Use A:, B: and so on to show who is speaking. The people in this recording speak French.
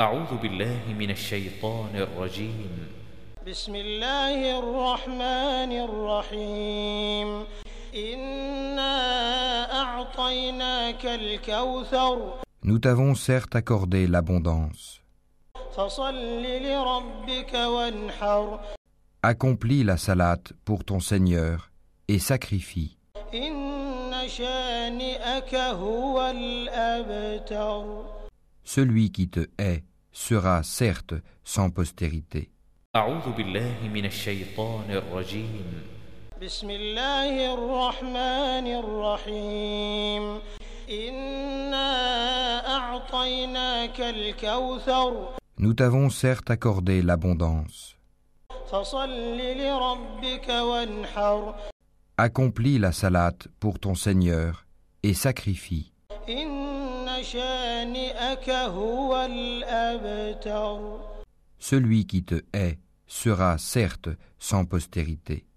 A: أعوذ بالله من الشيطان الرجيم
B: بسم الله الرحمن الرحيم إنا أعطيناك الكوثر
C: Nous t'avons certes accordé l'abondance.
B: فصل لربك وانحر
C: Accomplis la salate pour ton Seigneur et sacrifie.
B: إن شانئك هو الأبتر
C: Celui qui te hait sera certes sans postérité.
A: أعوذ بالله من الشيطان الرجيم
B: بسم الله الرحمن الرحيم إنا أعطيناك الكوثر
C: Nous t'avons certes accordé l'abondance.
B: فصل لربك وانحر
C: Accomplis la salate pour ton Seigneur et sacrifie.
B: إن شانئك هو الأبتر
C: Celui qui te hait sera certes sans postérité.